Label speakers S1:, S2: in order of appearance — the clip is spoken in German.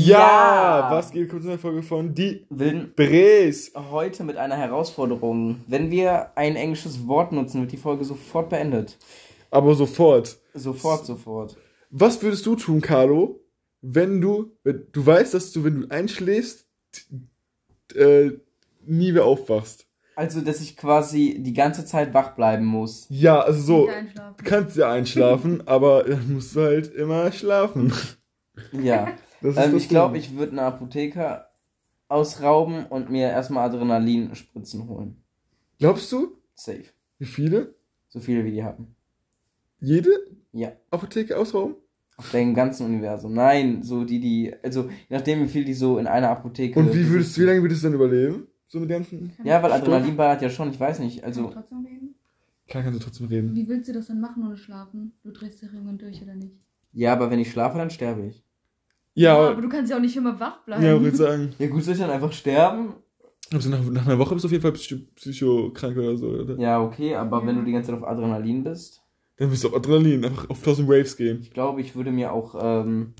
S1: Ja, was geht? Kommt zu einer Folge von Die
S2: Wilden
S1: Bres.
S2: heute mit einer Herausforderung. Wenn wir ein englisches Wort nutzen, wird die Folge sofort beendet.
S1: Aber sofort.
S2: Sofort, sofort.
S1: Was würdest du tun, Carlo, wenn du, wenn, du weißt, dass du, wenn du einschläfst, t- äh, nie mehr aufwachst?
S2: Also, dass ich quasi die ganze Zeit wach bleiben muss.
S1: Ja, also so.
S3: Nicht einschlafen.
S1: Du kannst ja einschlafen, aber dann musst du halt immer schlafen.
S2: Ja.
S1: Das
S2: ähm,
S1: das
S2: ich glaube,
S1: Ding.
S2: ich würde eine Apotheker ausrauben und mir erstmal Adrenalinspritzen holen.
S1: Glaubst du,
S2: Safe.
S1: wie viele?
S2: So viele wie die hatten.
S1: Jede
S2: Ja.
S1: Apotheke ausrauben?
S2: Auf dem ganzen Universum. Nein, so die, die. Also, je nachdem, wie viel die so in einer Apotheke.
S1: Und wie würdest du, wie lange würdest du dann überleben? So mit ganzen.
S2: Ja, weil
S1: Stoff?
S2: Adrenalin ballert ja schon, ich weiß nicht.
S3: Kannst du
S2: Also,
S3: trotzdem reden?
S1: Klar kannst du trotzdem reden.
S3: Wie willst du das dann machen ohne schlafen? Du drehst dich irgendwann durch oder nicht?
S2: ja, aber wenn ich schlafe, dann sterbe ich.
S1: Ja,
S3: aber du kannst ja auch nicht immer wach bleiben.
S1: ja, ich würde sagen.
S2: Ja, gut, soll ich dann einfach sterben?
S1: Also nach, nach einer Woche bist du auf jeden Fall psycho- psychokrank oder so, oder?
S2: Ja, okay, aber
S3: Ja.
S2: wenn du die ganze Zeit auf Adrenalin bist,
S1: Dann bist du auf Adrenalin, einfach auf 1000 Waves gehen.
S2: ich glaube, ich würde mir auch ähm,